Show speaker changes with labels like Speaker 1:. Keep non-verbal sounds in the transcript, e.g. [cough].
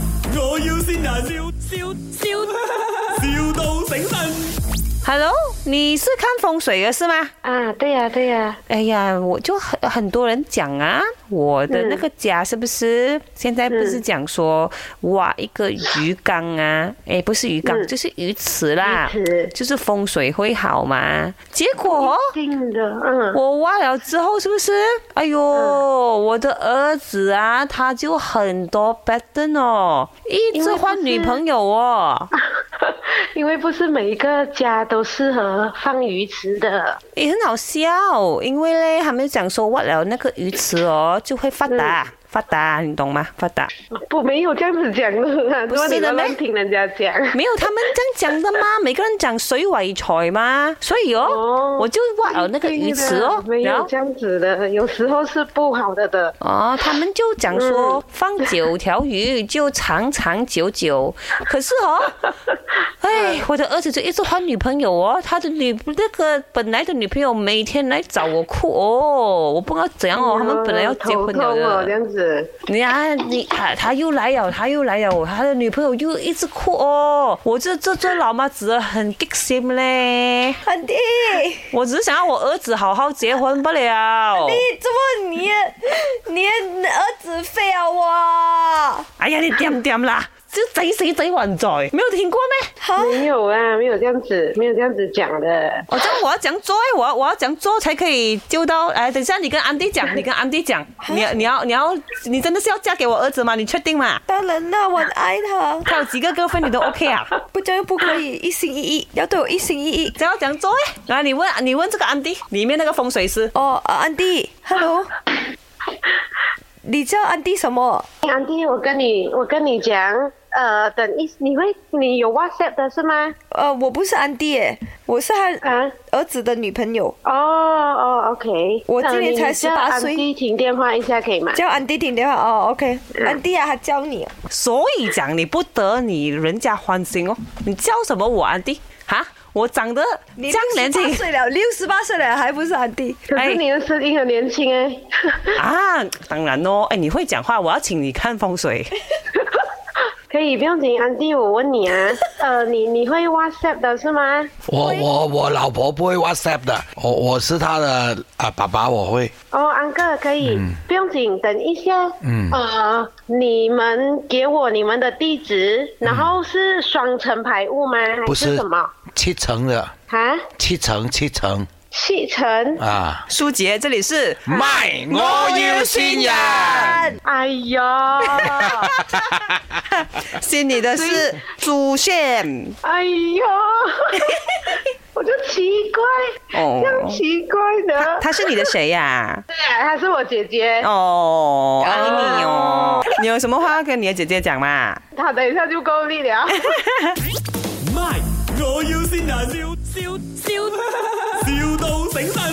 Speaker 1: 要先人，笑笑笑，,笑到醒神。
Speaker 2: Hello，你是看风水的是吗？
Speaker 3: 啊，对呀、对呀、
Speaker 2: 哎呀，我就很很多人讲啊，我的那个家是不是、现在不是讲说挖一个鱼缸啊？哎，不是鱼缸，就是鱼池啦，
Speaker 3: 嗯鱼池
Speaker 2: 就是风水会好嘛。结果
Speaker 3: 定的，嗯， [laughs]
Speaker 2: 我挖了之后，是不是？哎呦，我的儿子啊，他就很多 pattern 哦，一
Speaker 3: 因
Speaker 2: 直
Speaker 3: 为
Speaker 2: 换
Speaker 3: 不是
Speaker 2: 女朋友哦。
Speaker 3: 因为不是每一个家都适合放鱼池的，
Speaker 2: 也很好笑，因为嘞，他们讲说挖了那个鱼池哦，就会发达。
Speaker 3: 嗯
Speaker 2: 发达，你懂吗？发达
Speaker 3: 不没有这样子讲的啦，
Speaker 2: 不是的
Speaker 3: 你
Speaker 2: 咩
Speaker 3: 们乱听人家讲。
Speaker 2: 没有他们这样讲的吗？ [laughs] 每个人讲水为财嘛，所以哦，
Speaker 3: 哦
Speaker 2: 我就挖了那
Speaker 3: [laughs]
Speaker 2: 个鱼池哦
Speaker 3: 对的，没
Speaker 2: 然
Speaker 3: 有
Speaker 2: 后
Speaker 3: 这样子的，有时候是不好的的。
Speaker 2: 哦，他们就讲说、
Speaker 3: 嗯
Speaker 2: 放九条鱼就长长久久，可是
Speaker 3: [laughs]
Speaker 2: 哦，哎，我的儿子就一直换女朋友哦，他的女那个本来的女朋友每天来找我哭哦，我不知道怎样哦，他们本来要结婚了
Speaker 3: 头嗯痛哦
Speaker 2: 的
Speaker 3: 这。样子，
Speaker 2: 你啊，你啊，他又来了，他又来了，他的女朋友又一直哭哦。我这这这老妈子很激心嘞，[laughs]
Speaker 4: 安迪，
Speaker 2: 我只是想要我儿子好好结婚不了。
Speaker 4: 你怎么你也你也儿子废了我？
Speaker 2: 哎呀，你点点啦，这贼谁贼还在，没有听过咩？
Speaker 4: 好，
Speaker 3: 没有啊，没有这样子，没有这样子讲的。哎
Speaker 2: 我、哦、这样我要讲做，我要我要讲做才可以救到。哎，等一下你跟安迪讲，你跟安迪讲，你你要你要你真的是要嫁给我儿子吗？你确定吗？
Speaker 4: 当然啦，我很爱他，
Speaker 2: 他有几个 girlfriend 你都 OK 啊？
Speaker 4: 不这样不可以一心一意，要对我一心一意。
Speaker 2: 这样要讲做哎，来你问你问这个安迪里面那个风水师。
Speaker 4: 哦，啊安迪，Hello，你叫安迪什么？
Speaker 3: 安迪，我跟你，我跟你讲，呃，等一，你会，你有 WhatsApp 的是吗？
Speaker 4: 呃，我不是安迪耶，我是他
Speaker 3: 啊，
Speaker 4: 儿子的女朋友，
Speaker 3: 哦哦，OK，
Speaker 4: 我今年才
Speaker 3: 呃你叫
Speaker 4: 18岁
Speaker 3: 安迪停电话一下可以吗？
Speaker 4: 叫安迪听电话哦，OK，安
Speaker 2: 嗯
Speaker 4: 迪啊，他教你，
Speaker 2: 所以讲你不得你人家欢心哦。你叫什么我安迪哈？我长得这
Speaker 4: 你
Speaker 2: 样年轻
Speaker 4: 68岁了，六十八岁了还不是安迪？
Speaker 3: 可是你的声音很年轻哎、 [laughs]
Speaker 2: 啊，当然哦。哎，你会讲话，我要请你看风水。
Speaker 3: 可以不用紧，安迪，我问
Speaker 4: [laughs]
Speaker 3: 你啊，呃，你你会 WhatsApp 的是吗？
Speaker 5: 我我我老婆不会 WhatsApp 的，我我是她的啊、爸爸，我会。
Speaker 3: 哦，安哥可以，
Speaker 5: 嗯
Speaker 3: 不用紧，等一下，嗯，呃，你们给我你们的地址，然后是双层排屋吗？还
Speaker 5: 嗯不
Speaker 3: 是
Speaker 5: 是
Speaker 3: 什么？
Speaker 5: 七层的，
Speaker 3: 啊，
Speaker 5: 七层七层
Speaker 3: 七层？
Speaker 5: 啊！
Speaker 2: 舒杰，这里是
Speaker 5: 卖我要先人，
Speaker 3: 哎呀，
Speaker 2: 心里的是主线 [laughs]
Speaker 3: 哎呀，我就奇怪，
Speaker 2: 哦
Speaker 3: 这样奇怪的，
Speaker 2: 他是你的谁呀、
Speaker 3: 对啊，她是我姐姐，
Speaker 2: 哦，爱你哦。你有什么话要跟你的姐姐讲嘛？
Speaker 3: 她等一下就够力了。
Speaker 1: My，我要先人，笑笑笑，,笑到醒神。